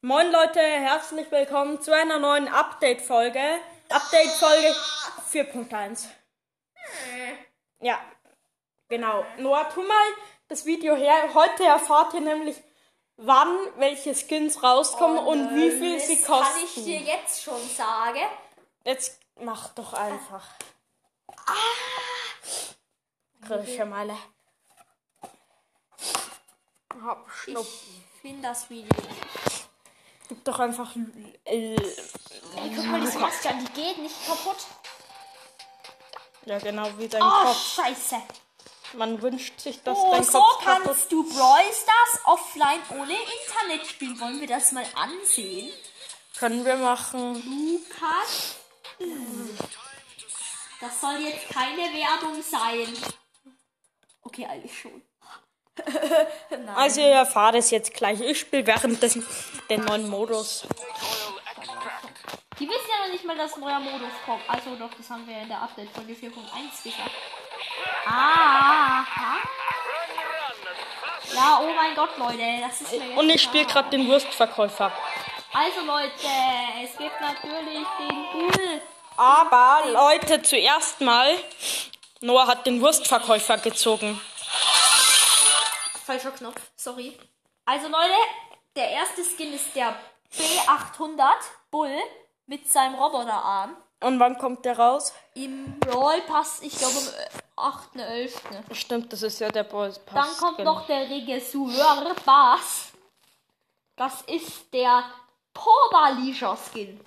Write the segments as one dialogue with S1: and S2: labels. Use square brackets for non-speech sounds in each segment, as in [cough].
S1: Moin Leute, herzlich willkommen zu einer neuen Update-Folge. Update-Folge 4.1.
S2: Äh.
S1: Ja, genau. Noah, tu mal das Video her. Heute erfahrt ihr nämlich, wann welche Skins rauskommen und wie viel
S2: Oh das
S1: sie
S2: kann ich dir
S1: kosten.
S2: jetzt schon sagen.
S1: Jetzt mach doch einfach.
S2: Ah.
S1: Griechische Meile. Hab Schnupp.
S2: Ich finde das Video.
S1: Gib doch einfach. Äh,
S2: Ey, guck mal, diese Maske an, die geht nicht kaputt.
S1: ja, genau, wie dein
S2: Oh,
S1: Kopf.
S2: scheiße.
S1: Man wünscht sich, dass
S2: Oh,
S1: dein
S2: so
S1: Kopf
S2: kannst
S1: kaputt
S2: du Brawl Stars offline ohne Internet spielen. Wollen wir das mal ansehen?
S1: Können wir machen.
S2: Lukas. Das soll jetzt keine Werbung sein. Okay, eigentlich schon.
S1: Also ihr erfahrt es jetzt gleich. Ich spiele währenddessen den neuen Modus.
S2: Die wissen ja noch nicht mal, dass ein neuer Modus kommt. Also doch, das haben wir ja in der Update Folge 4.1 gesagt. Ah, aha. Ja, oh mein Gott, Leute, das ist mir jetzt
S1: Und ich spiele
S2: klar.
S1: gerade den Wurstverkäufer.
S2: Also Leute, es gibt natürlich den Bull.
S1: Aber Leute, zuerst mal. Noah hat den Wurstverkäufer gezogen.
S2: Falscher Knopf, sorry. Also Leute, der erste Skin ist der B800 Bull mit seinem Roboterarm.
S1: Und wann kommt der raus?
S2: Im Brawl Pass, ich glaube, am 8.11.
S1: Stimmt, das ist ja der Boys Pass. Genau.
S2: Dann kommt noch der Regisseur Bass. Das ist der Pobalischer Skin.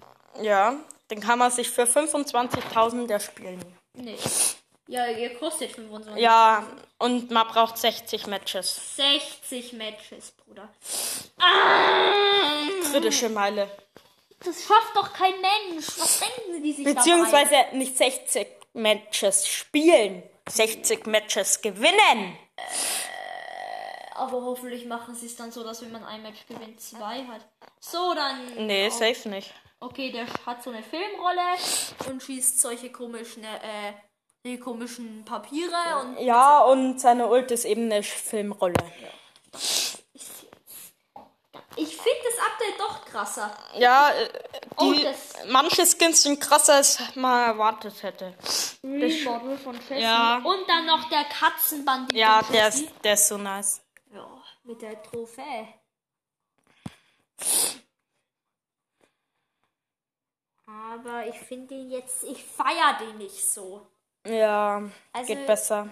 S1: Ja, den kann man sich für 25.000 erspielen.
S2: Nee. Ja, ihr kostet 25.
S1: Ja, und man braucht 60 Matches.
S2: 60 Matches, Bruder.
S1: Kritische Meile.
S2: Das schafft doch kein Mensch. Was denken die sich
S1: Beziehungsweise nicht 60 Matches spielen. 60 Matches gewinnen.
S2: dabei? Aber hoffentlich machen sie es dann so, dass wenn man ein Match gewinnt, zwei hat. So, dann...
S1: Nee, safe nicht.
S2: Okay, der hat so eine Filmrolle und schießt solche komischen, äh, die komischen Papiere und
S1: Ja, und seine Ult ist eben eine Filmrolle.
S2: ich finde das Update doch krasser.
S1: Ja, äh,
S2: Oh,
S1: die,
S2: das-
S1: manche Skins sind krasser, als man erwartet hätte.
S2: Remodel von Jessie.
S1: Ja.
S2: Und dann noch der Katzenbandit.
S1: Ja,
S2: von
S1: der
S2: Jessie.
S1: ist, der ist so nice.
S2: Ja, mit der Trophäe. Aber ich finde ihn jetzt, ich feier den nicht so.
S1: Ja,
S2: Also-
S1: geht besser.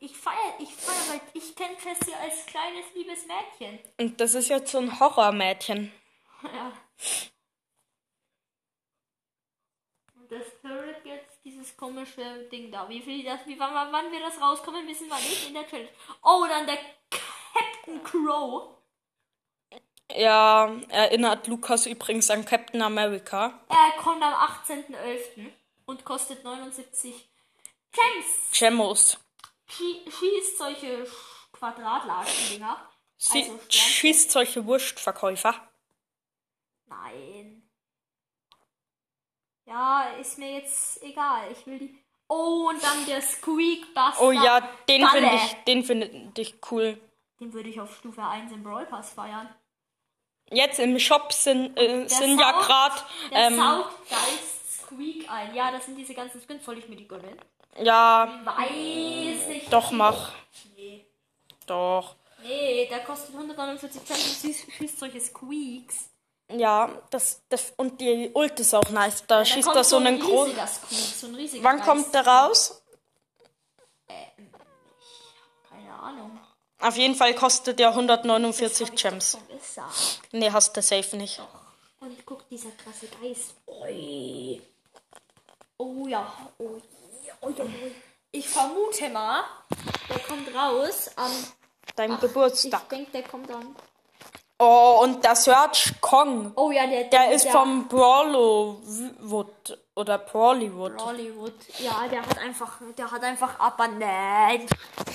S2: Ich feier, ich feier, weil ich kenne Jessie als kleines liebes Mädchen.
S1: Und das ist jetzt so ein Horrormädchen.
S2: Ja. Und das Turret jetzt, dieses komische Ding da. Wie viel das, wie wann, wann wir das rauskommen, wissen wir nicht in der Challenge. Oh, dann der Captain Crow.
S1: Ja, erinnert Lukas übrigens an Captain America.
S2: Er kommt am 18.11. und kostet 79 Gems.
S1: Gemos.
S2: Schie- Schießt solche Sch- Quadratlagen-Dinger.
S1: Sie
S2: Also Sternchen.
S1: schießt solche Wurstverkäufer.
S2: Nein. Ja, ist mir jetzt egal. Ich will die. Oh, und dann der Squeak Buster.
S1: Oh ja, den
S2: Galle.
S1: finde ich, den finde ich cool.
S2: Den würde ich auf Stufe 1 im Brawl Pass feiern.
S1: Jetzt im Shop sind, äh,
S2: Der
S1: sind ja
S2: saugt-
S1: gerade,
S2: Der
S1: ähm,
S2: saugt Geist Squeak ein. Ja, das sind diese ganzen Skins. Soll ich mir die gönnen?
S1: ja,
S2: Weiß nicht.
S1: doch mach,
S2: Nee.
S1: doch.
S2: Nee, der kostet 149 Cent und schießt, schießt solche Squeaks.
S1: Ja, das, das und die Ult ist auch nice. Da
S2: Da
S1: schießt
S2: kommt
S1: er so einen
S2: ein
S1: großen.
S2: riesiger Squeak, so ein riesiger
S1: Wann
S2: Geist.
S1: kommt der raus?
S2: Keine Ahnung.
S1: Auf jeden Fall kostet der 149 Gems.
S2: Schon gesagt.
S1: Nee, hast du safe nicht.
S2: Und guck, dieser krasse Geist. Oi. Oh ja. Oi. Oi, oi. Ich vermute mal, der kommt raus am.
S1: Dein
S2: Ich
S1: Geburtstag.
S2: denke, der kommt am.
S1: Oh, und der Search Kong.
S2: Oh ja, der.
S1: Der ist vom Brawlowood oder Brawlywood.
S2: Hollywood. Ja, der hat einfach. Der hat einfach Abandon.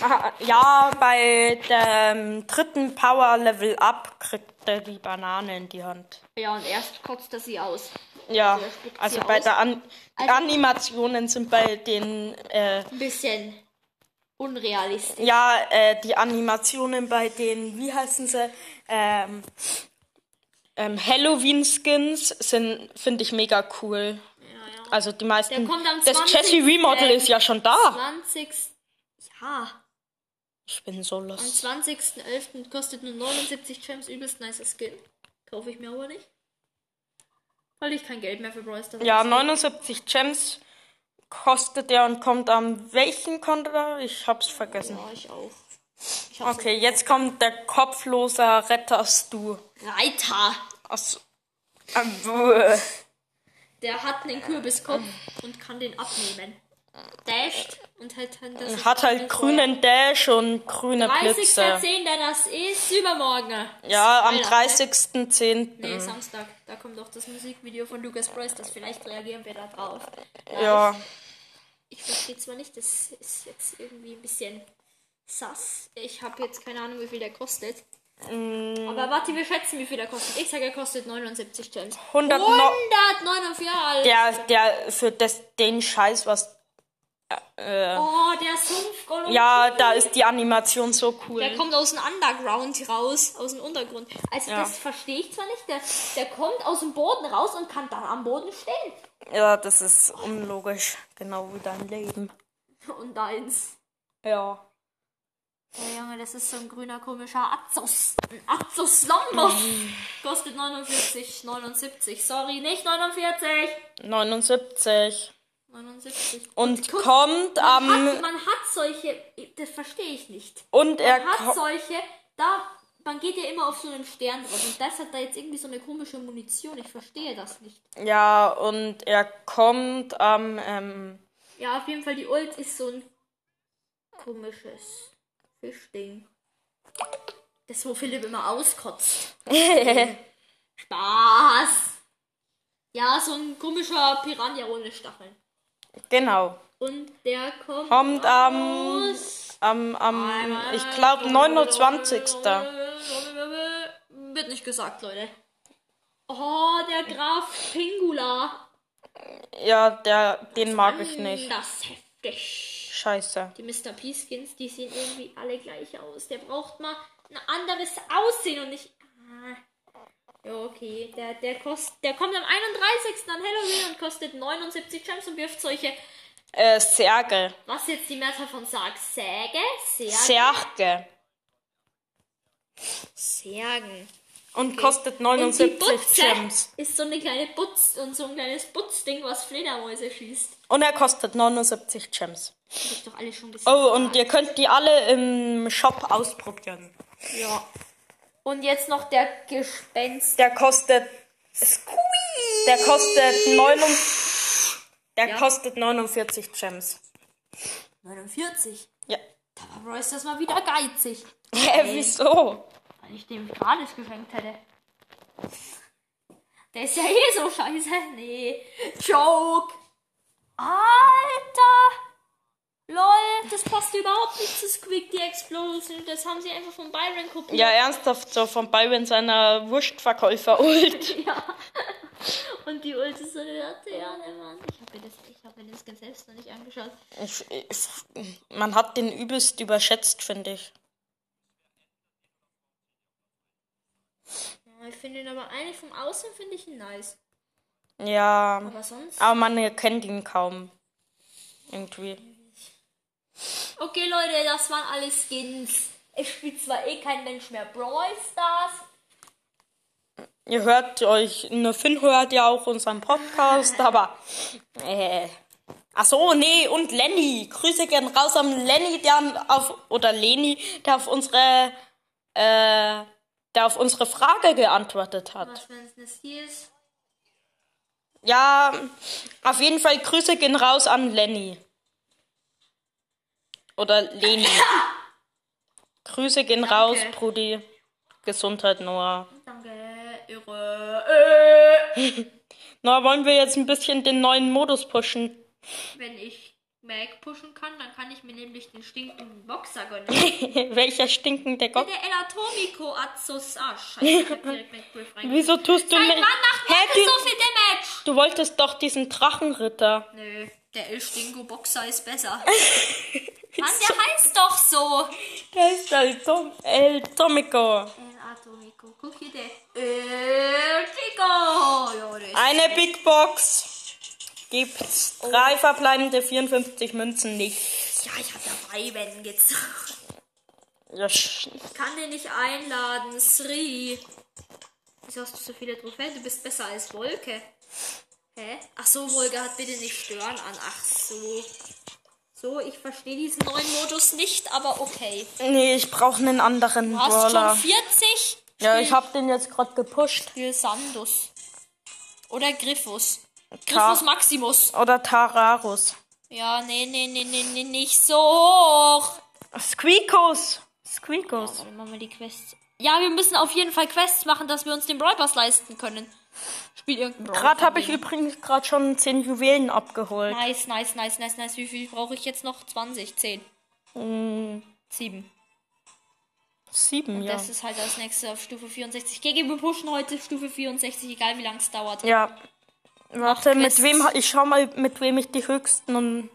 S1: Aha, Ja, bei dem dritten Power Level Up kriegt er die Banane in die Hand.
S2: Ja, und erst kotzt er sie aus.
S1: Ja,
S2: Der spuckt
S1: also
S2: sie
S1: bei
S2: aus. Also-
S1: der An die Animationen sind bei den äh,
S2: Ein bisschen unrealistisch.
S1: ja äh, die Animationen bei den wie heißen sie ähm, ähm, Halloween-Skins sind, finde ich, mega cool.
S2: Ja, ja.
S1: Also die meisten.
S2: Der kommt am
S1: das
S2: 20.
S1: Jesse Remodel
S2: äh,
S1: ist ja schon da.
S2: 20. Ja,
S1: Ich bin so
S2: am
S1: lost.
S2: 20.11. kostet nur 79 Gems, übelst nicer Skin. Kaufe ich mir aber nicht. Weil ich kein Geld mehr für Brawl Stars
S1: Ja,
S2: ausgebe.
S1: 79 Gems kostet der und kommt am welchen Konter? Ich hab's vergessen.
S2: Ja, ich auch. Ich hab's
S1: Okay, jetzt kommt der kopfloser Retter Stu.
S2: Reiter.
S1: Aus. Ähm, buh.
S2: Der hat einen Kürbiskopf und kann den abnehmen. Dasht und hält dann das.
S1: Hat halt grünen Dash und grüne
S2: 30.
S1: Blitze.
S2: 10. das ist übermorgen.
S1: Ja, am
S2: Alter.
S1: 30.10.
S2: Nee,
S1: Mhm.
S2: Samstag. Da kommt auch das Musikvideo von Lucas Bryce. Das vielleicht reagieren wir da drauf.
S1: Ja.
S2: Ich verstehe zwar nicht, das ist jetzt irgendwie ein bisschen sass. Ich habe jetzt keine Ahnung, wie viel der kostet.
S1: Mm.
S2: Aber warte, wir schätzen, wie viel der kostet. Ich sage, er kostet 79 Gems.
S1: 100 no-
S2: 149 Alter.
S1: Der, der für das, den Scheiß, was.
S2: Oh, der Sumpf. Gollum.
S1: Ja, da ist die Animation so
S2: Der
S1: cool.
S2: kommt aus dem Underground raus, aus dem Untergrund. Also
S1: Ja.
S2: das verstehe ich zwar nicht, der, der kommt aus dem Boden raus und kann dann am Boden stehen. [laughs]
S1: Ja, das ist unlogisch. Genau wie dein Leben.
S2: Und deins.
S1: Ja.
S2: Der Junge, das ist so ein grüner komischer Azos. Ein Azos Lombos. Kostet 49, 79. Sorry, nicht 49.
S1: 79.
S2: 79.
S1: Und
S2: guck,
S1: kommt
S2: Man
S1: am.
S2: hat, man hat solche, das verstehe ich nicht.
S1: Und er
S2: Man hat
S1: kommt.
S2: solche, da, man geht ja immer auf so einen Stern drauf. Und das hat da jetzt irgendwie so eine komische Munition. Ich verstehe das nicht.
S1: Ja, und er kommt am. Ähm, [laughs]
S2: Ja, auf jeden Fall, die Ult ist so ein komisches Fischding. Das, wo Philipp immer auskotzt. Spaß! Ja, so ein komischer Piranha ohne Stacheln.
S1: genau.
S2: Und der kommt.
S1: Kommt am.
S2: aus-
S1: am, am ich glaube, 29.
S2: Wird nicht gesagt, Leute. Oh, der Graf Pingula.
S1: Ja, der, den mag ich nicht.
S2: Das ist heftig.
S1: Scheiße.
S2: Die Mr. P-Skins, die sehen irgendwie alle gleich aus. Der braucht mal ein anderes Aussehen und nicht. Ah. Ja, okay. Der, der, kost, der kommt am 31. an Halloween und kostet 79 Gems und wirft solche,
S1: Äh, Serge.
S2: was jetzt die Mehrzahl von sagt, Säge? Särgen?
S1: Serge.
S2: Särgen.
S1: Und kostet
S2: Und die
S1: 79
S2: Butze
S1: Gems.
S2: ist so eine kleine Butz und so ein kleines Butzding, was Fledermäuse schießt.
S1: Und er kostet 79 Gems.
S2: Hab ich doch alle schon gesehen.
S1: Oh, und ihr könnt die alle im Shop ausprobieren.
S2: Ja. Und jetzt noch der Gespenst.
S1: Der kostet. Der kostet 49. Der
S2: Ja.
S1: kostet 49 Gems.
S2: 49.
S1: Ja.
S2: Da war Royce das mal wieder geizig.
S1: Hä, wieso?
S2: Weil ich dem gratis geschenkt hätte. Der ist ja eh so scheiße. Nee. Joke. Alter. Lol, das passt überhaupt nicht zu Squeak the Explosion. Das haben sie einfach von Byron kopiert.
S1: Ja, ernsthaft, so von Byron seiner Wurstverkäufer-Ult.
S2: Ja. Und die Ult ist so eine Laterne, Mann. Ich habe mir, das- ich hab mir das ganz selbst noch nicht angeschaut.
S1: Ich, ich, man hat den übelst überschätzt, finde ich.
S2: Ja, Ich finde ihn aber eigentlich vom Außen finde ich ihn nice.
S1: Ja.
S2: Aber sonst.
S1: Aber man erkennt ihn kaum. Irgendwie.
S2: Okay, Leute, das waren alle Skins. Es spielt zwar eh kein Mensch mehr Brawl Stars.
S1: Ihr hört euch, ne Finn hört ja auch unseren Podcast, aber. Äh. Ach so, nee, und Lenny. Grüße gern raus an Lenny, der auf, oder Leni, der auf unsere, äh, der auf unsere Frage geantwortet hat.
S2: Was, wenn es nicht hier ist?
S1: Ja, auf jeden Fall Grüße gehen raus an Lenny. Oder Leni. Grüße gehen raus, Brudi. Gesundheit, Noah.
S2: Danke, irre. Äh,
S1: Noah, wollen wir jetzt ein bisschen den neuen Modus pushen?
S2: wenn ich Mac pushen kann, dann kann ich mir nämlich den stinkenden Boxer gönnen.
S1: [laughs] Welcher stinkende Gott?
S2: Der El Atomico Azus. Ah, scheiße, ich hab direkt McBriff reingegangen.
S1: Wieso tust du
S2: Seit
S1: nicht?
S2: wann macht
S1: Hä,
S2: Mac so
S1: du,
S2: viel Damage?
S1: du wolltest doch diesen Drachenritter.
S2: Nö, der El Stingo Boxer ist besser. Mann, der heißt doch so.
S1: Der ist El Tom El Tomico.
S2: El Atomico. Guck hier, der. Äh,
S1: Eine Big Box gibt drei verbleibende 54 Münzen nicht.
S2: Ja, ich habe ja Weiben gezogen.
S1: Yes.
S2: Ich kann den nicht einladen, Sri. Wieso hast du so viele Trophäen? Du bist besser als Wolke. Hä? Ach so, Wolke hat bitte nicht stören an. Ach so. So, ich verstehe diesen neuen Modus nicht, aber okay.
S1: Nee, ich brauche einen anderen
S2: Du hast
S1: Brawler.
S2: schon 40?
S1: Ja, ich habe den jetzt gerade gepusht.
S2: Spiel Sandus. Oder Griffus.
S1: Ka-
S2: Griffus Maximus.
S1: Oder Tararus.
S2: Ja, nee, nee, nee, nee, nee, nicht so hoch.
S1: Squeakos. Squeakos.
S2: Warte, machen wir die Quests. Ja, wir müssen auf jeden Fall Quests machen, dass wir uns den Brawl Pass leisten können. Spiel irgendeinen Brawl
S1: Gerade
S2: von
S1: habe ich
S2: denen.
S1: übrigens gerade schon 10 Juwelen abgeholt.
S2: Nice, nice, nice, nice, nice. Wie viel brauche ich jetzt noch? 20, 10,
S1: Mm,
S2: 7.
S1: sieben, ja.
S2: Das ist halt als nächstes auf Stufe 64. GG, wir pushen heute Stufe 64, egal wie lange es dauert.
S1: Ja. Warte, mit
S2: Quests.
S1: wem ha- ich schau mal, mit wem ich die höchsten und,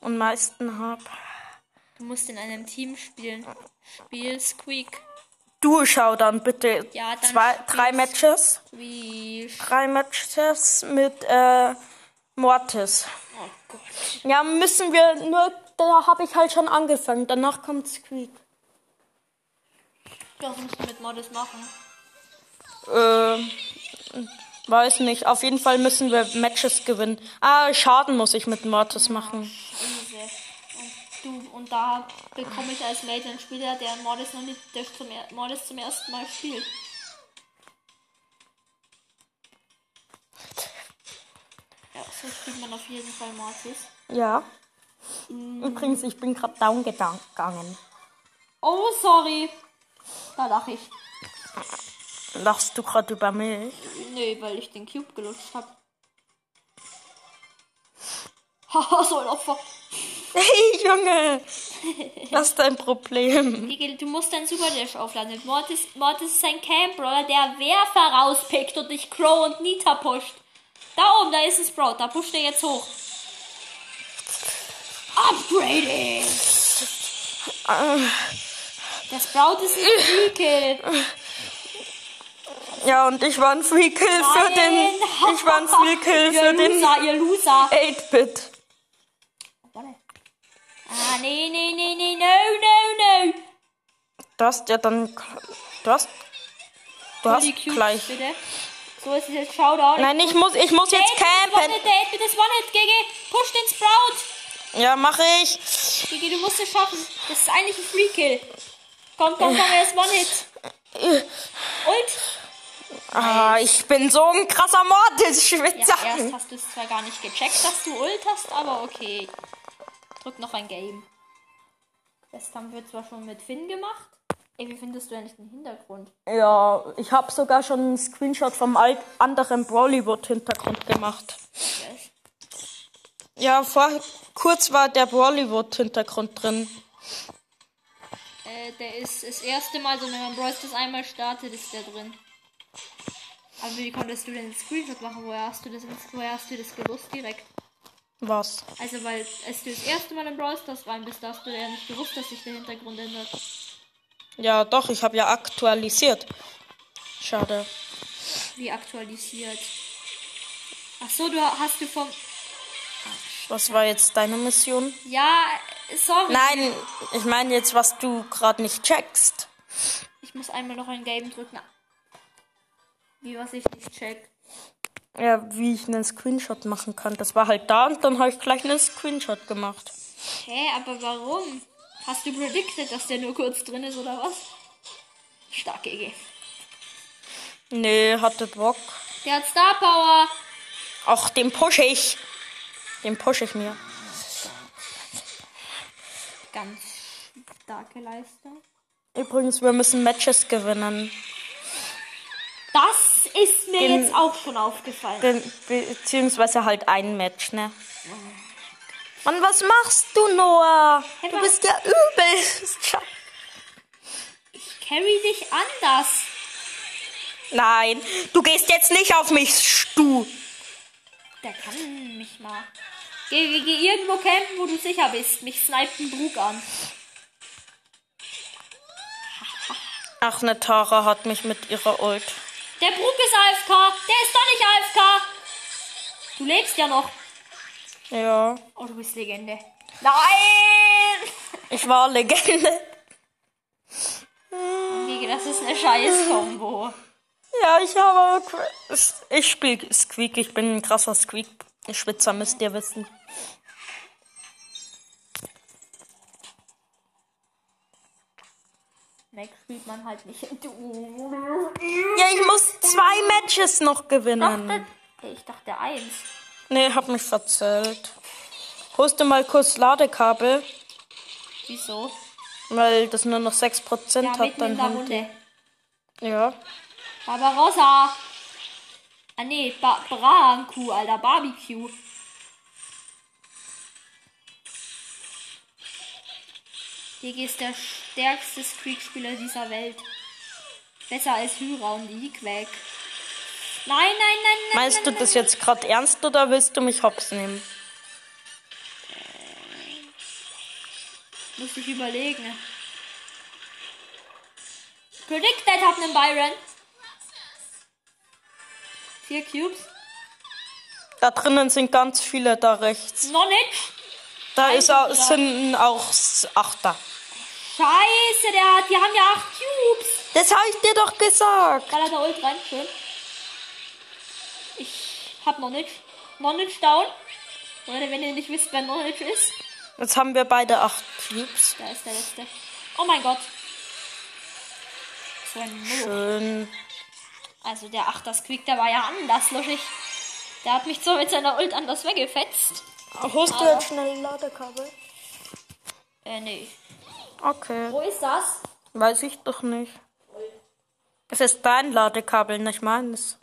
S1: und meisten hab.
S2: Du musst in einem Team spielen. Spiel Squeak.
S1: Du schau dann bitte
S2: Ja, dann
S1: zwei,
S2: spiel's.
S1: drei Matches.
S2: Wie.
S1: Drei Matches mit äh, Mortis.
S2: Oh Gott.
S1: Ja, müssen wir nur, da habe ich halt schon angefangen. Danach kommt Squeak.
S2: Was musst du mit Modus machen?
S1: Äh, weiß nicht. Auf jeden Fall müssen wir Matches gewinnen. Ah, Schaden muss ich mit Mortis machen.
S2: Ilse. Und, du, und da bekomme ich als Mädchen einen Spieler, der Mordes noch nicht der zum, er- Mordes zum ersten Mal spielt. Ja, so spielt man auf jeden Fall Mortis.
S1: Ja.
S2: Mhm.
S1: Übrigens, ich bin gerade down gedan- gegangen.
S2: Oh, sorry. Da lache ich.
S1: Lachst du gerade über mich?
S2: Nee, weil ich den Cube gelutscht habe. Haha, [laughs] so ein Opfer.
S1: [laughs] Hey, Junge! Was ist dein Problem?
S2: Gigi, Du musst deinen Super Dash aufladen. Mortis, Mortis ist ein Camp-Brawler, der Werfer rauspickt und nicht Crow und Nita pusht. Da oben, da ist ein Sprout. Da pusht er jetzt hoch. Upgrading!
S1: Ah,
S2: Der Sprout ist ein Freakill.
S1: Ja, und ich war ein Freakill [laughs] für den. [laughs]
S2: Nein.
S1: Ich war ein Freakill
S2: [laughs] Ihr
S1: für den
S2: Loser, ihr Loser.
S1: 8-Bit.
S2: Ah, nee, nee, nee, nee, no, no, no.
S1: Du hast ja dann. Du hast. Du
S2: Hol
S1: hast
S2: die Cubes,
S1: gleich.
S2: Bitte. So ist es jetzt Showdown.
S1: Nein, ich muss, ich muss jetzt campen.
S2: One-Hit, der Hit, das One-Hit, Gigi. Push den Sprout.
S1: Ja, mache ich.
S2: Gigi, du musst es schaffen. Das ist eigentlich ein Free-Kill. Komm, komm, komm, er ist One-Hit. Und?
S1: Ah, ich bin so ein krasser Mordes-Schwitzer.
S2: Ja, erst hast du es zwar gar nicht gecheckt, dass du Ult hast, aber okay. Drück noch ein Game. Das haben wir zwar schon mit Finn gemacht. Ey, wie findest du eigentlich den Hintergrund?
S1: Ja, ich habe sogar schon einen Screenshot vom alt anderen Brawlywood-Hintergrund gemacht.
S2: Yes.
S1: Ja, vor kurz war der Brawlywood-Hintergrund drin.
S2: Äh, der ist das erste Mal, so wenn man Brawl das einmal startet, ist der drin. Aber wie konntest du denn den Screenshot machen? Woher hast du das, woher hast du das gewusst direkt?
S1: Was?
S2: Also, weil als du das erste Mal in Brawl Stars rein bist, da hast du ja nicht gewusst, dass sich der Hintergrund ändert.
S1: Ja, doch, ich habe ja aktualisiert. Schade.
S2: Wie aktualisiert. Ach so, du hast du vom...
S1: Was war jetzt deine Mission?
S2: Ja, äh, sorry.
S1: Nein, ich meine jetzt, was du gerade nicht checkst.
S2: Ich muss einmal noch ein Game drücken. Wie, was ich nicht check.
S1: Ja, wie ich einen Screenshot machen kann. Das war halt da und dann habe ich gleich einen Screenshot gemacht.
S2: Hä, aber warum? Hast du predicted, dass der nur kurz drin ist, oder was? Stark, GG.
S1: Nee, hatte Bock.
S2: Der hat Star Power.
S1: Auch den push ich. Den push ich mir.
S2: Ganz starke Leistung.
S1: Übrigens, wir müssen Matches gewinnen.
S2: Das ist mir
S1: Im-
S2: jetzt auch schon aufgefallen.
S1: Be beziehungsweise halt ein Match, ne? Mann, was machst du, Noah?
S2: Hey,
S1: Du
S2: Mann.
S1: bist ja übelst. scha-
S2: Carry dich anders.
S1: Nein, du gehst jetzt nicht auf mich, Stu.
S2: Der kann mich mal. Geh, geh, geh irgendwo campen, wo du sicher bist. Mich sniped ein Brug an.
S1: Ach, ne Tara hat mich mit ihrer Ult.
S2: Der Brug ist AFK. Der ist doch nicht AFK. Du lebst ja noch.
S1: Ja.
S2: Oh, du bist Legende. Nein!
S1: Ich war Legende.
S2: Digga, das ist eine scheiß Kombo.
S1: Ja, ich habe. Ich spiele Squeak. Ich bin ein krasser Squeak-Spitzer, müsst ihr wissen.
S2: Max spielt man halt nicht im
S1: Ja, ich muss zwei Matches noch gewinnen.
S2: Ich dachte eins.
S1: Nee, hab mich verzählt. Poste mal kurz Ladekabel,
S2: Wieso?
S1: weil das nur noch 6%
S2: Ja,
S1: hat.
S2: mitten
S1: Dann
S2: in der
S1: haben die.
S2: Runde.
S1: Ja.
S2: Barbarossa. Ah nee, ba Branku, Alter, Barbecue. Digga ist der stärkste Squeak-Spieler dieser Welt. Besser als Hyra und Equack. Nein, nein, nein, nein.
S1: Meinst du das jetzt gerade ernst oder willst du mich hops nehmen?
S2: Muss ich überlegen. Predicted hat einen Byron. Vier Cubes.
S1: Da drinnen sind ganz viele da rechts.
S2: Nonitsch.
S1: Da ist auch,
S2: Bruder.
S1: sind auch s- Achter.
S2: Scheiße, der hat. Die haben ja acht Cubes.
S1: Das habe ich dir doch gesagt.
S2: Ballert der Ult rein. Schön. Ich hab Nonitsch. Nonitsch down. Leute, wenn ihr nicht wisst, wer Nonitsch ist,
S1: Jetzt haben wir beide acht Cubes.
S2: da ist der letzte. Oh mein Gott. So ein Müll.
S1: Schön.
S2: Also der Achter Squeak, der war ja anders luschig. Der hat mich so mit seiner Ult anders weggefetzt.
S1: Holst du jetzt schnell Ladekabel?
S2: Äh, nee.
S1: Okay.
S2: Wo ist das?
S1: Weiß ich doch nicht. Es ist dein Ladekabel, nicht meines.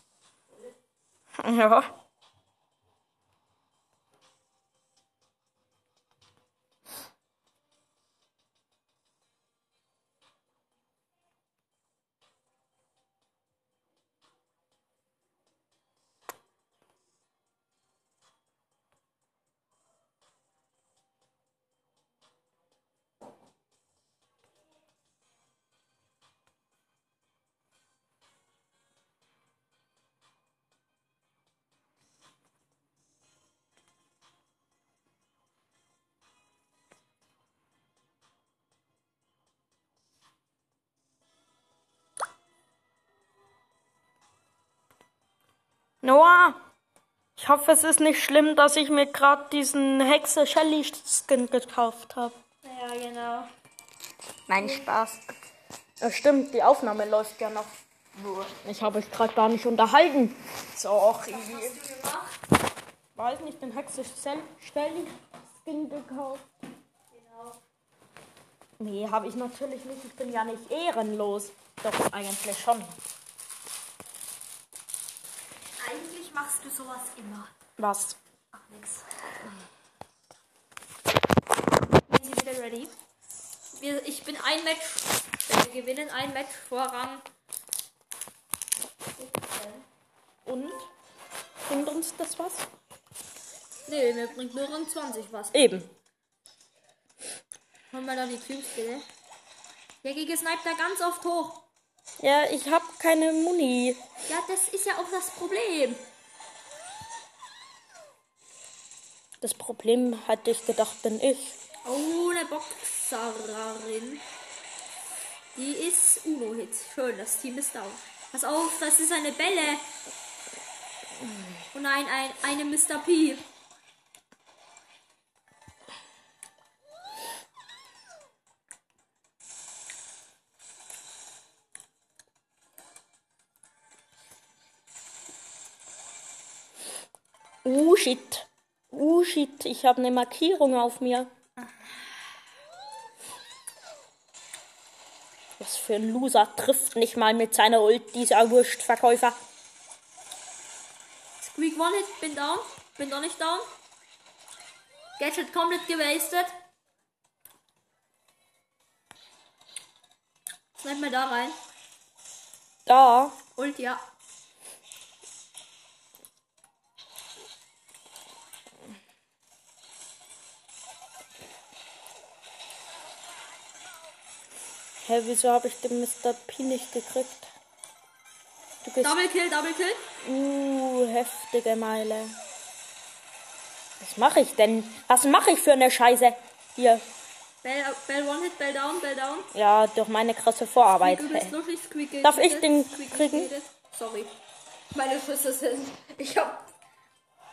S1: Ja. Noah, ich hoffe, es ist nicht schlimm, dass ich mir gerade diesen Hexe Shelly Skin gekauft habe.
S2: Ja, genau.
S1: Mein Spaß. Ja, stimmt, die Aufnahme läuft ja noch. Ich habe euch gerade gar nicht unterhalten. So, auch Weiß nicht, den Hexe Shelly-Skin gekauft. Genau. Nee, habe ich natürlich nicht. Ich bin ja nicht ehrenlos. Doch, eigentlich schon.
S2: Eigentlich machst du sowas immer.
S1: Was?
S2: Ach, nix. Sind Sie wieder ready? Wir, ich bin ein Match. äh, Wir gewinnen ein Match Vorrang.
S1: Und? Bringt uns das was?
S2: Nee, mir bringt nur Rang 20 was.
S1: Eben.
S2: Hol mal da die Cubes, bitte. Der Gegner snipt da ganz oft hoch.
S1: Ja, ich habe keine Muni.
S2: Ja, das ist ja auch das Problem.
S1: Das Problem hatte ich gedacht, bin ich.
S2: Oh, eine Boxerin. Die ist Uno-Hit. Schön, das Team ist down. Pass auf, das ist eine Bälle. Oh nein, ein, eine Mr. P.
S1: Oh shit. Oh shit, ich habe eine Markierung auf mir. Was für ein Loser trifft nicht mal mit seiner Ult, dieser Wurstverkäufer.
S2: Squeak One-Hit, bin down. Bin doch nicht down. Gadget komplett gewastet. Schneid mal da rein.
S1: Da.
S2: Und ja.
S1: Hä, wieso habe ich den Mr. P nicht gekriegt? Du bist.
S2: Double Kill, Double Kill.
S1: Uh, heftige Meile. Was mache ich denn? Was mache ich für eine Scheiße? Hier.
S2: Bell, Bell One Hit, Bell Down, Bell Down.
S1: Ja, durch meine krasse Vorarbeit.
S2: Du bist
S1: Ey.
S2: wirklich squeaky.
S1: Darf ich den kriegen?
S2: Sorry. Meine Schüsse sind. Ich hab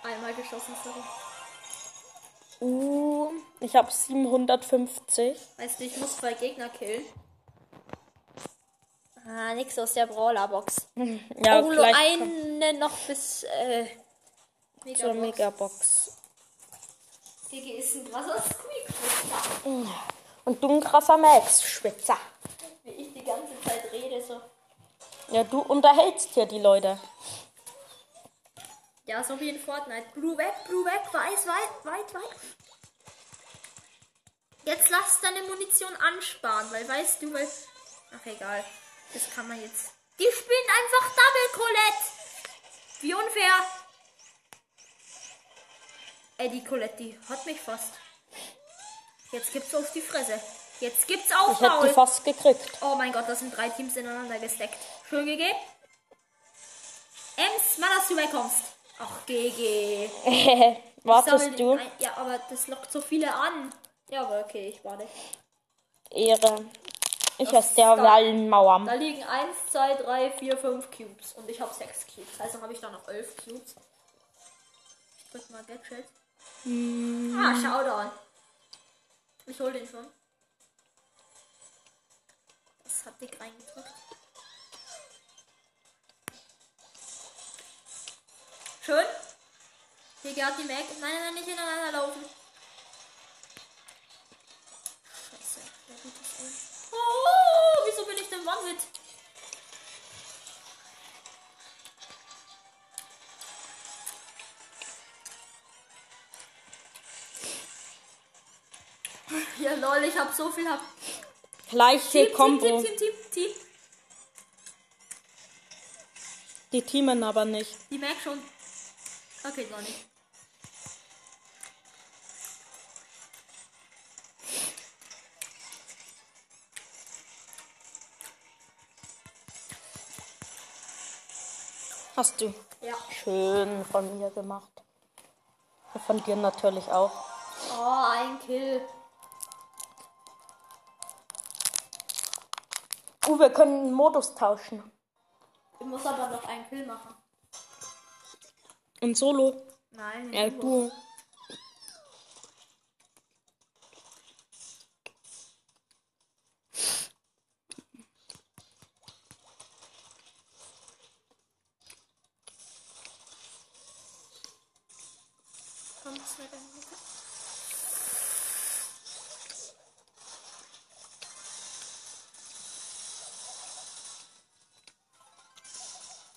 S2: einmal geschossen, sorry.
S1: Uh, ich habe 750.
S2: Weißt du, ich muss zwei Gegner killen. Ah, nix aus der Brawler-Box.
S1: Ja,
S2: oh, nur
S1: gleich kommt
S2: eine noch bis, äh,
S1: zur
S2: Megabox.
S1: Megabox.
S2: GG ist ein krasser Squeak.
S1: Und du ein krasser Max-Schwitzer.
S2: Wie ich die ganze Zeit rede, so.
S1: Ja, du unterhältst hier die Leute.
S2: Ja, so wie in Fortnite. Blue weg, blue weg, weiß, weit, weit, weit. Jetzt lass deine Munition ansparen, weil weißt du, weil. Ach, egal. Das kann man jetzt. Die spielen einfach Double Colette! Wie unfair! Ey, die Colette, die hat mich fast. Jetzt gibt's auf die Fresse. Jetzt gibt's auf
S1: Ich hätte die
S2: Maul.
S1: fast gekriegt. [laughs]
S2: Oh mein Gott, das sind drei Teams ineinander gesteckt. Schön GG. Ems, mal, dass du wegkommst. Ach, GG. Sammel
S1: Wartest
S2: die-
S1: du?
S2: Ein- Ja, aber das lockt so viele an. Ja, aber okay, ich warte.
S1: Ehre. Ich
S2: Das
S1: aus der
S2: ist doch-
S1: Wallenmauer.
S2: Da liegen 1, 2, 3, 4, 5 Cubes. Und ich habe 6 Cubes. Also habe ich da noch 11 Cubes. Ich drück mal Gadget. Ah, Showdown. Ich hol den schon. Das hat dick reingedrückt. Schön. Digga hat die Mac. Nein, nein, nein, nicht ineinander laufen. Scheiße. Der tut das eng. Oh, wieso bin ich denn One-Hit? Ja, lol, ich hab so viel hab.
S1: Gleiche
S2: Team,
S1: Kombo.
S2: Team, Team, Team, Team.
S1: Die teamen aber nicht.
S2: Die merkt schon. Okay, gar nicht.
S1: Hast du.
S2: Ja.
S1: Schön von mir gemacht. Von dir natürlich auch.
S2: Oh, ein Kill.
S1: Uh, wir können den Modus tauschen.
S2: Ich muss aber noch einen Kill machen.
S1: Und Solo.
S2: Nein.
S1: Ja,
S2: Duo.
S1: du.
S2: Komm, schnell deine Mutter.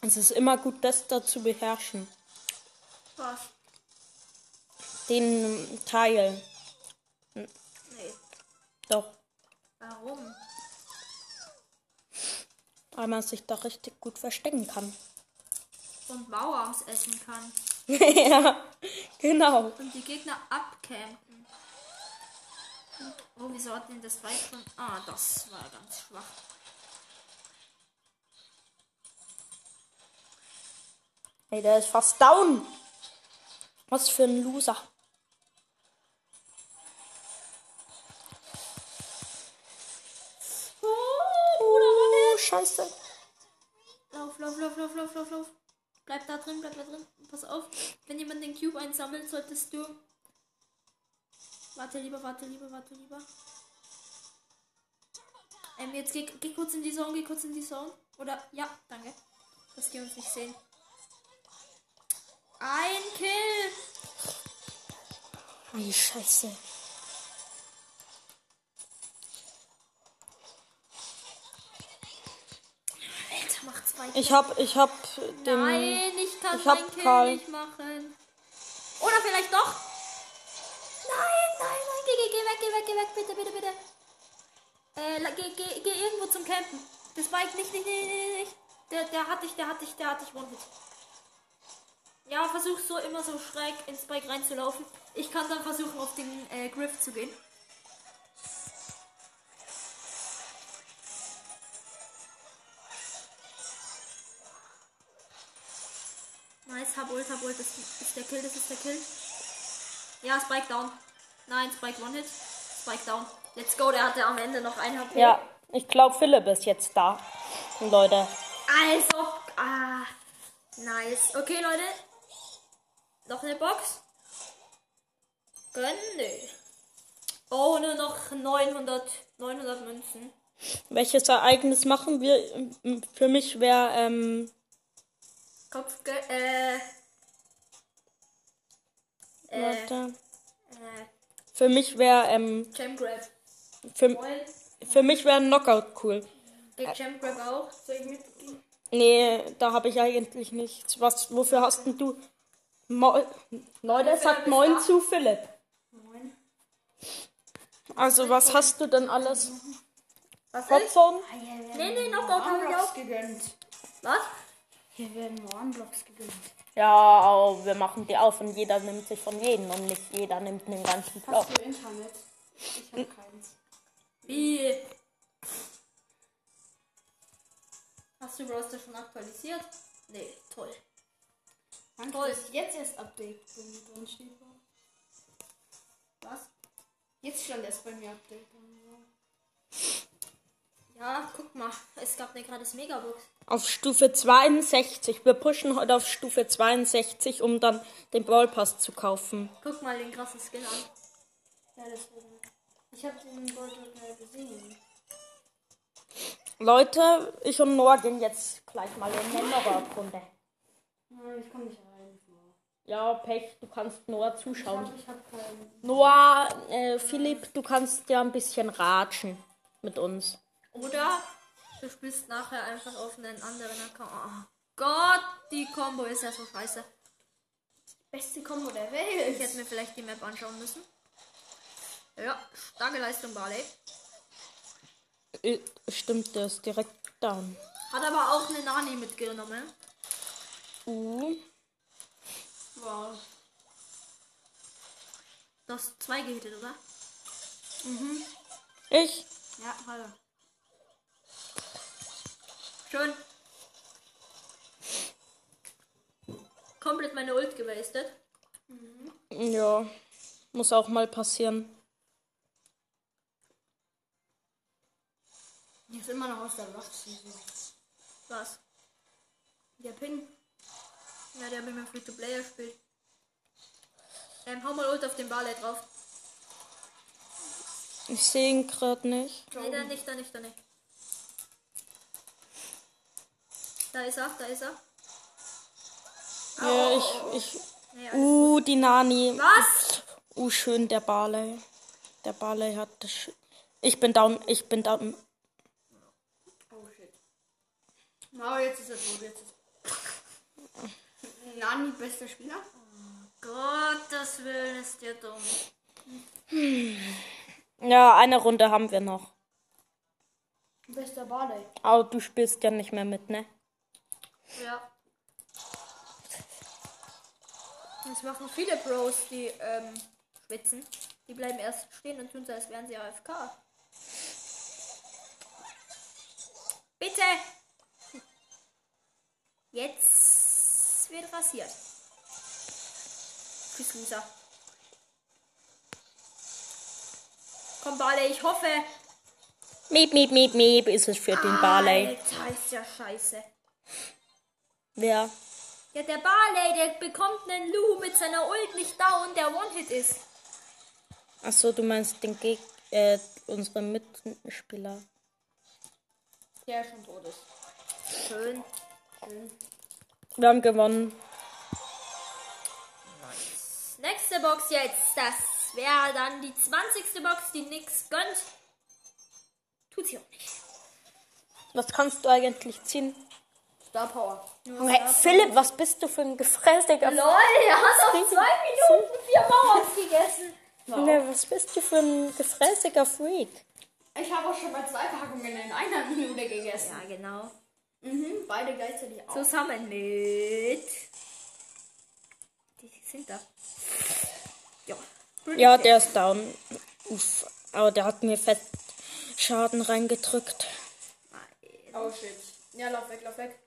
S1: Es ist immer gut, das da zu beherrschen.
S2: Was?
S1: Den Teil.
S2: Nee.
S1: Doch.
S2: Warum?
S1: Weil man sich da richtig gut verstecken kann. [laughs]
S2: Und Mauerarms essen kann.
S1: ja, genau.
S2: Und die Gegner abcampen. Oh, wieso hat denn das Weibchen? Ah, das war ganz schwach.
S1: Ey, der ist fast down. Was für ein Loser. Oh, scheiße.
S2: Lauf, lauf, lauf, lauf, lauf, lauf, lauf. Bleib da drin, bleib da drin. Pass auf, wenn jemand den Cube einsammelt, solltest du. Warte lieber, warte lieber, warte lieber. Ähm, jetzt geh, geh kurz in die Zone, geh kurz in die Zone. Oder, ja, danke. Dass die uns nicht sehen. Ein Kill!
S1: Ei, scheiße.
S2: Alter, mach zwei
S1: Ich hab, ich hab den.
S2: Nein, ich kann
S1: ich hab
S2: meinen Kill
S1: Karl.
S2: nicht machen. Oder vielleicht doch. Nein, nein, nein. Geh, geh, geh weg, geh weg, geh weg. Bitte, bitte, bitte. Äh, la- geh, geh, geh irgendwo zum Campen. Das Bike nicht, nicht, nicht, nicht, nicht. Der, der hat dich, der hat dich, der hat dich wundet. Ja, versuch so immer so schräg ins Bike reinzulaufen. Ich kann dann versuchen, auf den äh, Griff zu gehen. Nice, hab Ult, hab Ult. Das ist der Kill, das ist der Kill. Ja, Spike down. Nein, Spike one hit. Spike down. Let's go, der hatte am Ende noch ein HP.
S1: Ja, ich glaube, Philipp ist jetzt da. Leute.
S2: Also. Ah. Nice. Okay, Leute. Noch eine Box. Gönn nö. Oh, nur noch 900, 900 Münzen.
S1: Welches Ereignis machen wir? Für mich wäre, ähm,
S2: Kopf, äh, äh, äh,
S1: Leute. Für mich wäre, ähm,
S2: Jam Grab.
S1: für,
S2: Voll.
S1: für mich wäre ein Knockout cool.
S2: Big Jam Grab auch. Soll ich mitgehen?
S1: Nee, da habe ich eigentlich nichts. Was, wofür hast denn du? Mo Leute, sagt Moin zu Philipp.
S2: Moin.
S1: Also, was hast du denn alles?
S2: Was ist?
S1: Popcorn?
S2: Nee, nee, Knockout habe ich auch.
S3: gegönnt.
S2: Was?
S3: Hier werden Warnblocks gegönnt.
S1: Ja, aber wir machen die auf und jeder nimmt sich von jedem und nicht jeder nimmt den ganzen Block.
S3: Hast du Internet? Ich habe keins.
S2: Wie? Hast du Roster schon aktualisiert? Nee, toll.
S3: Danke,
S2: Toll.
S3: dass ich jetzt erst Update bin, drin steht. war.
S2: Was?
S3: Jetzt stand erst bei mir Update. drin, ja.
S2: Ja, guck mal. Es gab eine gratis Megabox.
S1: Auf Stufe 62. Wir pushen heute auf Stufe 62, um dann den Ballpass zu kaufen.
S2: Guck mal den krassen Skin an.
S3: Ja, das war dann. Ich habe den Beutel mal gesehen.
S1: Leute, ich und Noah gehen jetzt gleich mal in eine Knockout-Runde.
S3: Nein, Ah, ich komme nicht rein.
S1: Ja, Pech, du kannst Noah zuschauen.
S3: Ich habe keinen.
S1: Noah, äh, Philipp, du kannst ja ein bisschen ratschen mit uns.
S2: Oder du spielst nachher einfach auf einen anderen Account. Oh Gott, die Combo ist ja so scheiße.
S3: Beste Kombo der
S2: Ich
S3: Welt.
S2: hätte mir vielleicht die Map anschauen müssen. Ja, starke Leistung, Barley.
S1: Äh, Stimmt, der ist direkt down.
S2: Hat aber auch eine Nani mitgenommen.
S1: Uh,
S3: Wow.
S2: Du hast zwei gehittet, oder?
S1: ich?
S2: Ja, hallo. Schön. Komplett meine Ult gewastet.
S1: Ja, muss auch mal passieren.
S3: Die ist immer noch aus der Wacht.
S2: Was?
S3: Der Pin.
S2: Ja, der hat mit meinem Free-to-Player gespielt. Ähm, hau mal Ult auf den Barley drauf.
S1: Ich sehe ihn gerade nicht.
S2: Nee, da nicht, da nicht, da nicht. Da ist er, da ist er.
S1: Ja, ich, ich.
S2: Nee, alles-
S1: Uh, die Nani.
S2: Was?
S1: Uh, schön, der Barley. Der Barley hat das. Sch ich bin down, ich bin down.
S3: Oh shit. Na, jetzt ist [laughs] er tot. Jetzt ist Nani, bester Spieler.
S2: Gottes Willen ist dir dumm.
S1: Ja, eine Runde haben wir noch.
S3: Bester Barley.
S1: Aber du spielst ja nicht mehr mit, ne?
S2: Ja. Das machen viele Bros, die ähm, schwitzen. Die bleiben erst stehen und tun so, als wären sie AFK. Bitte! Jetzt wird rasiert. Tschüss, Loser. Komm, Barley, ich hoffe.
S1: Meep, meep, meep, meep ist es für den Barley.
S2: Alter, ist ja scheiße.
S1: Wer?
S2: Ja, der Barley, der bekommt einen Lu mit seiner Ult nicht down, der One-Hit ist.
S1: Achso, du meinst den Geg äh, unseren Mitspieler.
S3: Der schon tot ist.
S2: Schön.
S1: Wir haben gewonnen.
S2: Nächste Box jetzt. Das wäre dann die 20. Box, die nix gönnt. Tut sie auch nicht.
S1: Was kannst du eigentlich ziehen?
S3: Star Power.
S1: Junge, Philipp, was bist du für ein gefräßiger
S2: Lol, er hat auf zwei Minuten vier
S1: [laughs]
S2: Mauern gegessen.
S1: Junge, ne, was bist du für ein gefräßiger Freak?
S3: Ich habe auch schon mal zwei Packungen in einer Minute gegessen.
S2: Ja, genau.
S3: Mhm, beide gleichzeitig auch.
S2: Zusammen mit. Die sind da. Ja.
S1: Ja, der ist down. Uff, aber der hat mir fett Schaden reingedrückt.
S3: Oh shit. Ja, lauf weg, lauf weg.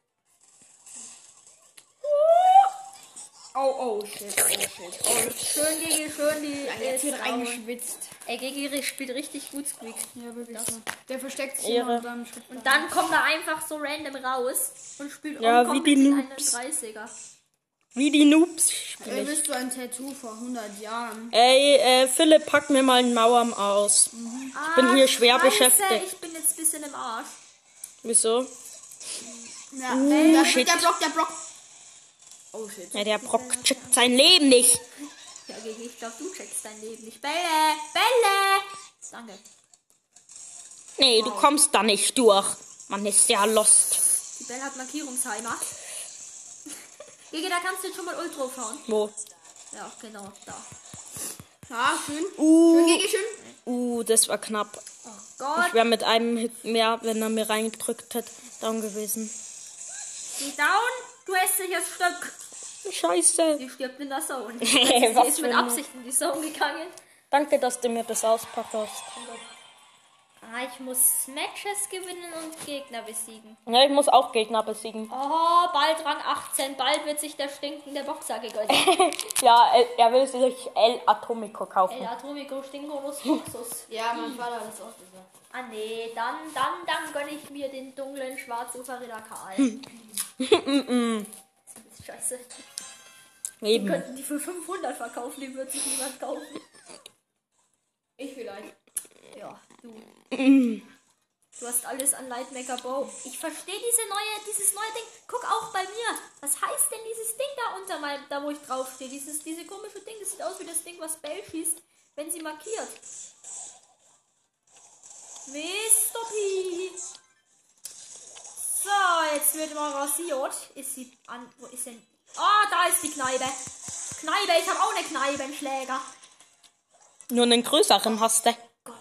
S1: Oh, oh, shit, oh, shit. Oh,
S3: Schön, Gigi, schön die.
S2: jetzt wird
S3: reingeschwitzt.
S2: Ey, Gegiri spielt richtig gut Squeak.
S3: Ja, wirklich. So. Der versteckt sich
S1: Ehre.
S3: immer unter einem Schritt.
S2: Und dann kommt er einfach so random raus und spielt
S1: Ja,
S2: Omkom
S1: wie die
S2: mit
S1: Noobs.
S2: 31er.
S1: wie die Noobs
S3: Ey,
S1: spielen.
S3: bist du ein Tattoo vor 100 Jahren?
S1: Ey, äh, Philipp, pack mir mal einen Mauern aus.
S2: Ich
S1: bin hier schwer beschäftigt.
S2: Ah, Ich bin jetzt ein bisschen im Arsch.
S1: Wieso?
S3: Ja, ey, da
S1: shit.
S3: Der Block, der Block. Oh shit.
S1: Ja, der Brock checkt sein Leben nicht.
S2: Ja, Gigi, ich glaube, du checkst dein Leben nicht. Bälle! Bälle! Danke.
S1: Nee, du kommst da nicht durch. Man ist ja lost.
S2: Die Bälle hat Markierungsheimer. [laughs] Gigi, da kannst du jetzt schon mal Ultra fahren.
S1: Wo?
S2: Ja, genau, da.
S3: Ja, schön. Schön,
S1: Uh,
S3: Gigi, schön.
S1: uh, das war knapp.
S2: Oh
S1: Ich
S2: Gott,
S1: wäre mit einem Hit mehr, wenn er mir reingedrückt hätte, down gewesen.
S2: geh down! Du hässliches Stück!
S1: Scheiße.
S2: Die stirbt in
S1: [laughs]
S2: der Zone. Also,
S1: Hey,
S2: Sie
S1: was
S2: ist
S1: für
S2: mit
S1: ein-
S2: Absicht in die Zone gegangen.
S1: Danke, dass du mir das auspackt hast.
S2: Ah, ich muss Matches gewinnen und Gegner besiegen.
S1: Ja, ich muss auch Gegner besiegen. [laughs]
S2: Oh, bald Rang 18. Bald wird sich der stinkende Boxer gegönnt.
S1: Ja, er, er will sich El Atomico
S2: El
S1: kaufen.
S2: Atomico Stinkonus Luxus.
S3: Ja, mein Vater hat das auch gesagt.
S2: Ah nee, dann, dann, dann gönne ich mir den dunklen Schwarzufer Ritter Karl. Das ist scheiße. Die
S1: Eben.
S2: könnten die für 500 verkaufen, die würde sich niemand kaufen.
S3: Ich vielleicht.
S2: Ja, du. Du hast alles an Lightmaker Bow. Ich verstehe diese neue, dieses neue Ding. Guck auch bei mir. Was heißt denn dieses Ding da unter meinem, da wo ich draufstehe? Dieses, diese komische Ding, das sieht aus wie das Ding, was Bell schießt, wenn sie markiert. Mr. P. So, jetzt wird mal rasiert. Ist sie an. Wo ist denn. Ah, da ist die Kneipe. Kneipe, ich habe auch eine Kneipe, einen Schläger.
S1: Nur einen größeren hast du.
S2: Gott.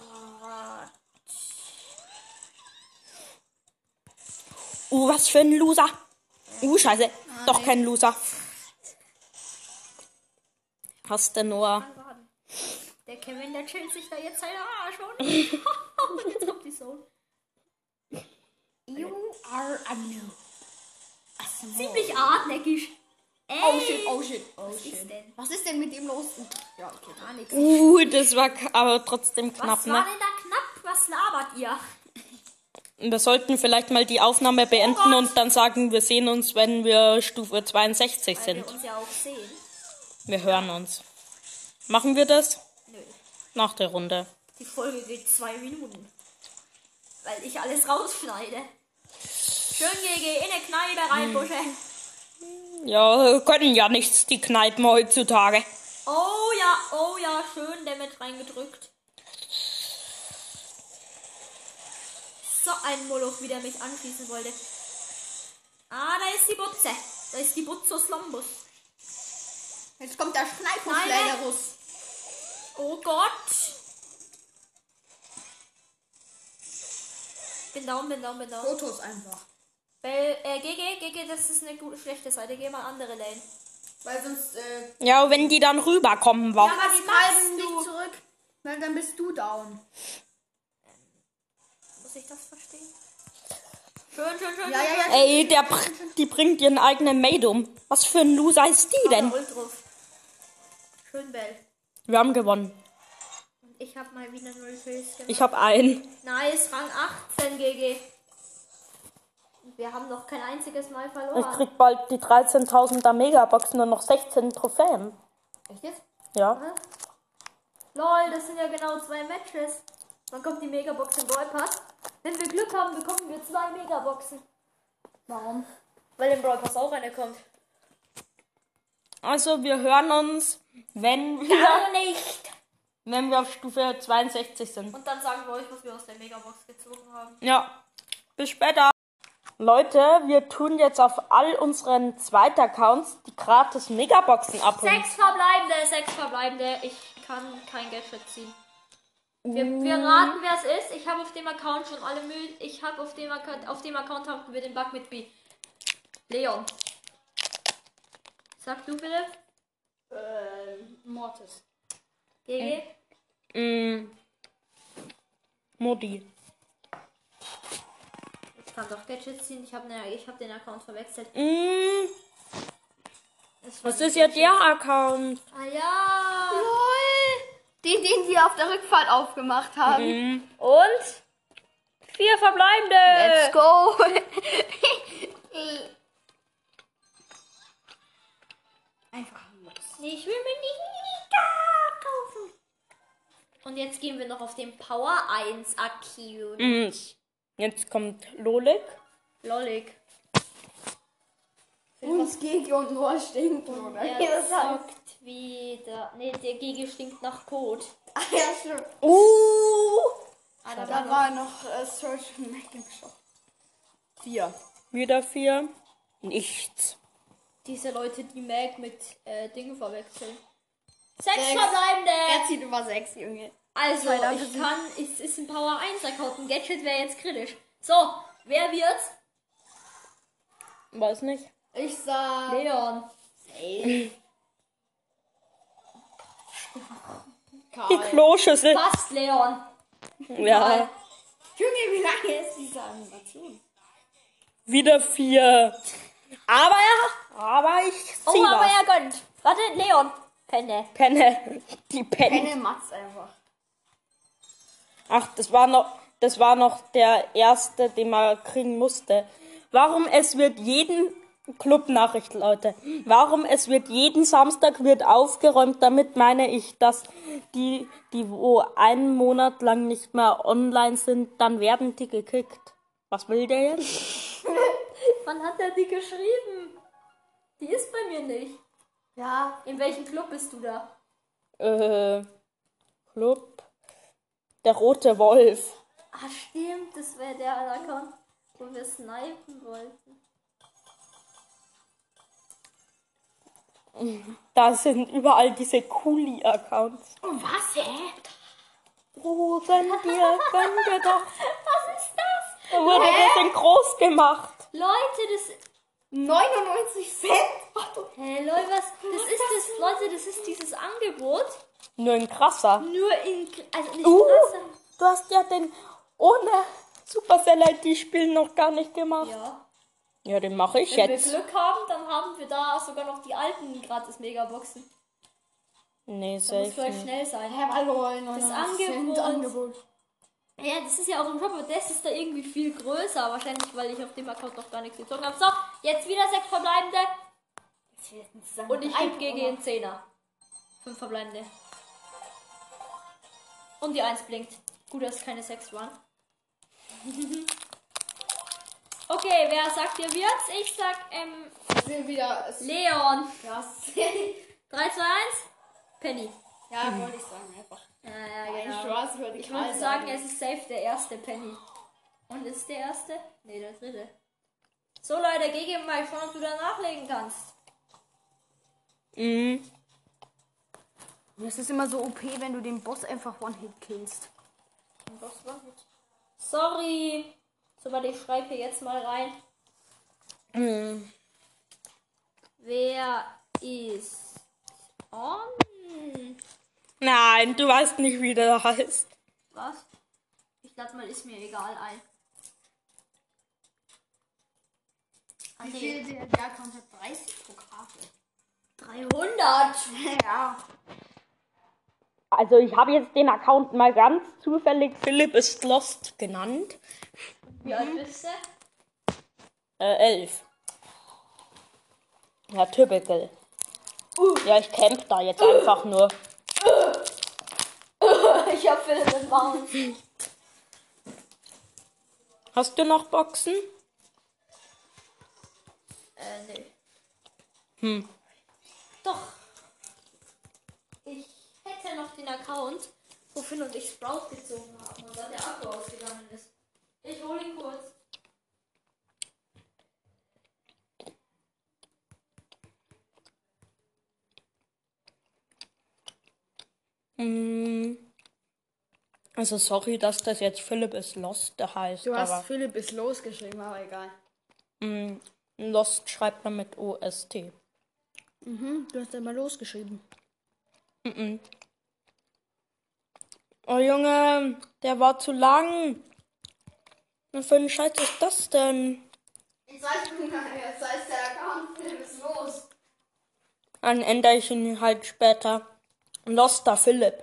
S1: Uh, was für ein Loser. Uh, scheiße. Doch kein Loser. Hast du nur.
S2: Warten. Der Kevin, der chillt sich da jetzt seine Haare schon. Und [laughs] jetzt kommt die Zone.
S3: You are a new.
S2: Ziemlich hartnäckig. Ey.
S3: Oh shit, oh shit, oh
S2: Was ist
S3: shit.
S2: denn?
S3: Was ist denn mit ihm los? Ja, okay.
S2: Gar nichts.
S1: Uh, das war k- aber trotzdem knapp,
S2: Was war
S1: ne?
S2: denn da knapp? Was labert ihr?
S1: Wir sollten vielleicht mal die Aufnahme beenden und dann sagen, wir sehen uns, wenn wir Stufe 62
S2: Weil wir
S1: sind.
S2: uns ja auch sehen.
S1: Wir hören uns. Machen wir das?
S2: Nö.
S1: Nach der Runde.
S2: Die Folge geht zwei Minuten. Weil ich alles rausschneide. Schön, GG, in eine Kneipe rein, Busche.
S1: Ja, können ja nichts, die Kneipen heutzutage.
S2: Oh ja, oh ja, schön Damage reingedrückt. So ein Moloch, wie der mich anschließen wollte. Ah, da ist die Butze. Da ist die Butzus Lombus.
S3: Jetzt kommt der Schneifenschlägerus.
S2: Oh Gott. Bin down, bin down, bin down.
S3: Fotos einfach.
S2: Bell, äh, GG, GG, das ist eine gute, schlechte Seite. Geh mal andere Lane.
S3: Weil sonst, äh,
S1: Ja, wenn die dann rüberkommen,
S2: Ja,
S1: war.
S2: aber was
S3: die treiben
S2: machst
S3: dich
S2: du?
S3: zurück. Weil dann bist du down.
S2: Muss ich das verstehen? Schön, schön, schön.
S3: Ja,
S2: schön,
S3: ja, ja.
S1: Ey, der, br- die bringt ihren eigenen Maid um. Was für ein Loser ist die denn?
S2: Roll drauf. Schön, Bell.
S1: Wir haben gewonnen.
S2: Ich habe mal wieder null Kills gemacht.
S1: Ich hab einen.
S2: Nice, Rang 18 GG. Wir haben noch kein einziges Mal
S1: Ich
S2: verloren.
S1: krieg bald die 13.000er Megaboxen und noch 16 Trophäen.
S2: Echt jetzt?
S1: Ja.
S2: Lol, das sind ja genau zwei Matches. Dann kommt die Megabox im Brawl Pass. Wenn wir Glück haben, bekommen wir zwei Megaboxen. Warum? Weil im Brawl Pass auch eine kommt.
S1: Also, wir hören uns, wenn [laughs] wir,
S2: Gar nicht!
S1: wenn wir auf Stufe 62 sind.
S2: Und dann sagen wir euch, was wir aus der Megabox gezogen haben.
S1: Ja, bis später. Leute, wir tun jetzt auf all unseren zweiten Accounts die gratis Megaboxen abholen.
S2: Sechs verbleibende, sechs verbleibende. Ich kann kein Geld verziehen. Wir, wir raten, wer es ist. Ich habe auf dem Account schon alle Mühe. Ich habe auf dem Account, auf dem Account haben wir den Bug mit B. Leon. Sag du Philipp.
S3: Ähm, Mortis.
S2: GG.
S1: Mm. Modi. Hm.
S2: Ich kann doch Gadgets ziehen. Ich habe ne, ich hab den Account verwechselt.
S1: Mm.
S2: Das war
S1: Das ist ja der Account.
S2: Ah ja.
S3: Lol. Den, den wir auf der Rückfahrt aufgemacht haben.
S2: Und?
S1: Vier verbleibende.
S3: Let's go. Einfach los.
S2: Nee, ich will mir nicht Nika kaufen. Und jetzt gehen wir noch auf den Power 1 Account.
S1: Mhm. Jetzt kommt Lolik.
S2: Lollig.
S3: [laughs] Uns geht und nur stinken, oder?
S2: Er sagt wieder. Nee, der Gigi stinkt nach Kot.
S3: [laughs] Ah, ja, stimmt.
S1: Uh.
S2: Ah, da war
S3: Da
S2: noch-
S3: war noch äh, Search and Mac im Shop. Vier.
S1: Wieder vier. Nichts.
S2: diese Leute, die Mag mit äh, Dingen verwechseln. Sechs,
S3: Sechs. Er
S2: verbleibende!
S3: zieht über sechs, Junge.
S2: Also,
S3: Alter, das
S2: ich
S3: ist-
S2: kann, es ist ein Power 1 Account. Ein Gadget wäre jetzt kritisch. So, wer wird's?
S1: Weiß nicht.
S3: Ich sag.
S2: Leon.
S1: Die
S3: [laughs]
S1: Kloschüssel.
S2: Fast Leon.
S1: Ja.
S3: Junge, wie lange ist diese Animation?
S1: Wieder vier. Aber ja. Aber ich zieh
S2: Oh, aber
S1: was.
S2: er gönnt. Warte, Leon. Penne.
S1: Penne. Die Penne.
S3: Eine macht's einfach.
S1: Ach, das war noch, das war noch der erste, den man kriegen musste. Warum es wird jeden Clubnachricht, Leute. Warum es wird jeden Samstag wird aufgeräumt. Damit meine ich, dass die, die wo einen Monat lang nicht mehr online sind, dann werden die gekickt. Was will der jetzt?
S2: Wann hat er die geschrieben? Die ist bei mir nicht.
S3: Ja.
S2: In welchem Club bist du da?
S1: Äh, Club. Der rote Wolf.
S2: Ah, stimmt, das wäre der Account, wo wir snipen wollten.
S1: Da sind überall diese Kuli-Accounts.
S2: Oh, was, hä?
S1: Oh, gönn dir, gönn dir doch.
S2: [laughs] Was ist das?
S1: Da wurde das in groß gemacht.
S2: Leute, das
S3: 99 Cent? Ach du.
S2: Hey Leute, was? Das ist das, Leute, das ist dieses Angebot.
S1: Nur ein krasser.
S2: Nur in, also nicht
S1: Uh,
S2: krasser.
S1: du hast ja den ohne Supercell die Spiel noch gar nicht gemacht.
S2: Ja.
S1: Ja, den mache ich
S2: Wenn
S1: jetzt.
S2: wir Glück haben, dann haben wir da sogar noch die alten gratis Megaboxen.
S1: Nee,
S2: Da musst du
S1: safe
S2: halt
S1: nicht.
S2: schnell sein.
S3: Ja, hallo, 99 Cent
S2: Angebot.
S3: Angebot.
S2: Ja, das ist ja auch ein Job, aber das ist da irgendwie viel größer. Wahrscheinlich, weil ich auf dem Account noch gar nichts gezogen habe. So, jetzt wieder sechs verbleibende. Und ich gebe gegen den Zehner. Fünf verbleibende. Und die Eins blinkt. Gut, dass es keine sechs waren. [laughs] okay, wer sagt ihr wird's? Ich sag ähm,
S3: Wir sind wieder
S2: Leon.
S3: [laughs] krass.
S2: 3, 2, 1. Penny.
S3: ja, wollte ich sagen, einfach.
S2: Ja, ja,
S3: Ein
S2: genau.
S3: Spaß würde
S2: Ich würde sagen, es ist safe der erste Penny. Und ist der erste? Nee, der dritte. So Leute, geh geh mal, ich schau, ob du da nachlegen kannst.
S1: Mhm.
S3: es ist immer so OP, wenn du den Boss einfach One-Hit killst.
S2: Sorry. So, warte, ich schreibe hier jetzt mal rein. Hm. Wer ist on?
S1: Nein, du weißt nicht, wie der heißt.
S2: Was? Ich lade mal, ist mir egal ein. Ah,
S3: Wie
S2: nee.
S3: viel der, der Account hat 30 pro Karte?
S2: 300!
S3: [laughs] Ja.
S1: Also ich habe jetzt den Account mal ganz zufällig Philipp ist Lost genannt.
S2: Wie alt
S3: Mhm.
S2: bist du?
S1: Äh, elf. Ja, typical. Ja, ich camp da jetzt einfach nur.
S2: Ich hab Philipp im Maul.
S1: Hast du noch Boxen?
S2: Äh, nee. Hm. Doch. Ich hätte noch den Account, wo Finn und ich Sprout gezogen haben und dann der Akku ausgegangen ist. Ich hole ihn kurz.
S1: Mm. Also sorry, dass das jetzt Philipp ist Lost der heißt.
S3: Du hast
S1: aber
S3: Philipp ist losgeschrieben, aber egal.
S1: mm, Lost schreibt man mit OST.
S3: Mhm, du hast einmal losgeschrieben.
S1: Oh Junge, der war zu lang. Was für ein Scheiß ist das denn?
S3: Jetzt weiß ich nicht mehr, jetzt heißt der Account Philipp ist los.
S1: Dann ändere ich ihn halt später. Loster Philipp.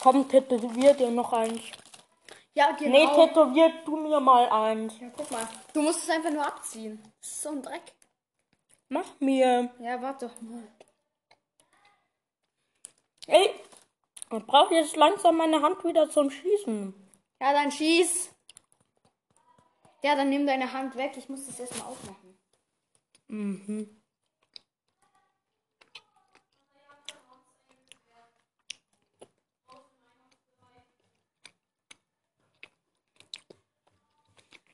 S1: Komm, tätowier dir noch eins.
S3: Ja,
S1: Nee,
S3: genau.
S1: tätowier du mir mal eins.
S3: ja, guck mal. Du musst es einfach nur abziehen. Das ist so ein Dreck.
S1: Mach mir.
S3: Ja, warte doch mal.
S1: Ey, ich brauche jetzt langsam meine Hand wieder zum Schießen.
S3: Ja, dann schieß. Ja, dann nimm deine Hand weg. Ich muss das erstmal aufmachen.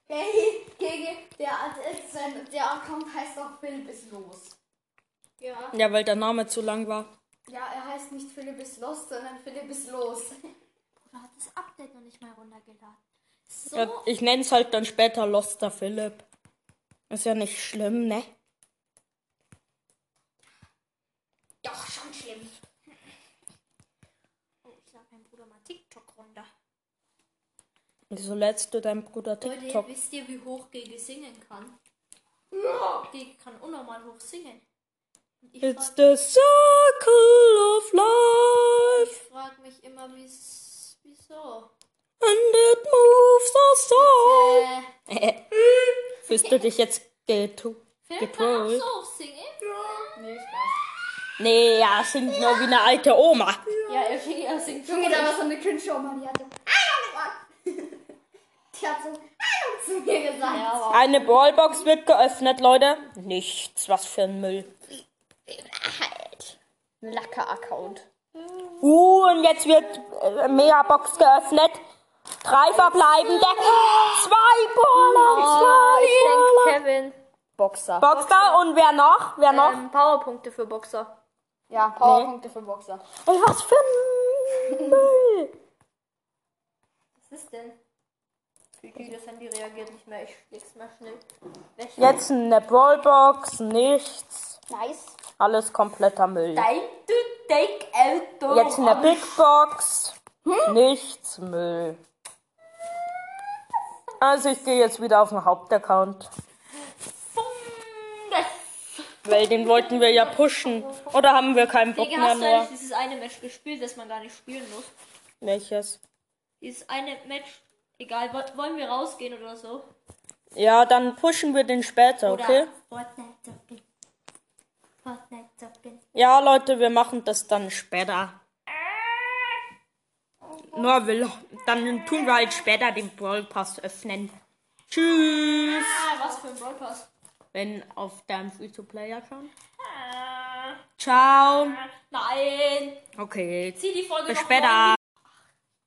S3: Der Hege, der, der, der Account heißt auch Philipp ist los. Ja.
S1: Ja, weil der Name zu lang war.
S3: Ja, er heißt nicht Philipp ist lost, sondern Philipp ist los.
S2: Bruder hat das Update noch nicht mal runtergeladen. So,
S1: Ja, ich nenne es halt dann später Loster Philipp. Ist ja nicht schlimm, ne?
S2: doch, schon schlimm. Oh, ich lade meinem Bruder mal TikTok runter.
S1: Wieso lädst du deinem Bruder
S2: Leute,
S1: TikTok?
S2: wisst ihr, wie hoch Gege singen kann? Gege kann unnormal hoch singen. Und ich
S1: It's
S2: frage
S1: the circle of life
S2: frag mich immer, wie's, wieso?
S1: and it moves us
S2: [laughs]
S1: all.
S2: Äh,
S1: Fühlst du dich jetzt getu
S2: Philipp kann auch
S1: getrollt?
S2: so hoch singen?
S3: Nee, ich weiß.
S1: Nee, ja, singt nur wie eine alte Oma.
S2: Ja, er singt, er singt
S3: Junge, da war so [laughs] eine Cringe-Oma, die hatte. [laughs] Die hat so. zu mir gesagt. Ja,
S1: Eine Ballbox wird geöffnet, Leute. Nichts, was für ein Müll.
S3: Ein Lacker-Account.
S1: Uh, und jetzt wird äh, Megabox geöffnet. Drei verbleibende. Zwei Baller, zwei Baller.
S2: Oh, Kevin. Boxer.
S1: Boxer und wer noch?
S2: Ähm,
S1: Wer noch?
S2: Powerpunkte für Boxer.
S3: Ja, Powerpunkte für Boxer.
S1: Ey, was für ein Müll.
S2: Was ist denn? Vicky, das Handy reagiert nicht mehr. Ich schläg's mal schnell. Welche?
S1: Jetzt eine Ballbox, nichts.
S3: Nice.
S1: Alles kompletter Müll.
S2: Dein, du, dein Auto.
S1: Jetzt eine Big Box, nichts Müll. Also ich gehe jetzt wieder auf den Hauptaccount. Weil den wollten wir ja pushen. Oder haben wir keinen Bock
S2: Digga,
S1: mehr
S2: hast du
S1: mehr?
S2: eigentlich dieses eine Match gespielt, das man gar nicht spielen muss?
S1: Welches?
S2: Dieses eine Match, egal, wo- wollen wir rausgehen oder so?
S1: Ja, dann pushen wir den später,
S2: Oder
S1: okay?
S2: Fortnite zocken. Fortnite zocken.
S1: Ja, Leute, wir machen das dann später. Nur will. Dann tun wir halt später den Brawl Pass öffnen. Tschüss.
S2: Ah, was für ein Broadcast.
S1: Wenn auf deinem Free-to-Play-Account.
S2: Ah,
S1: Ciao.
S2: nein.
S1: Okay.
S2: Zieh die Folge
S1: Bis
S2: noch
S1: später.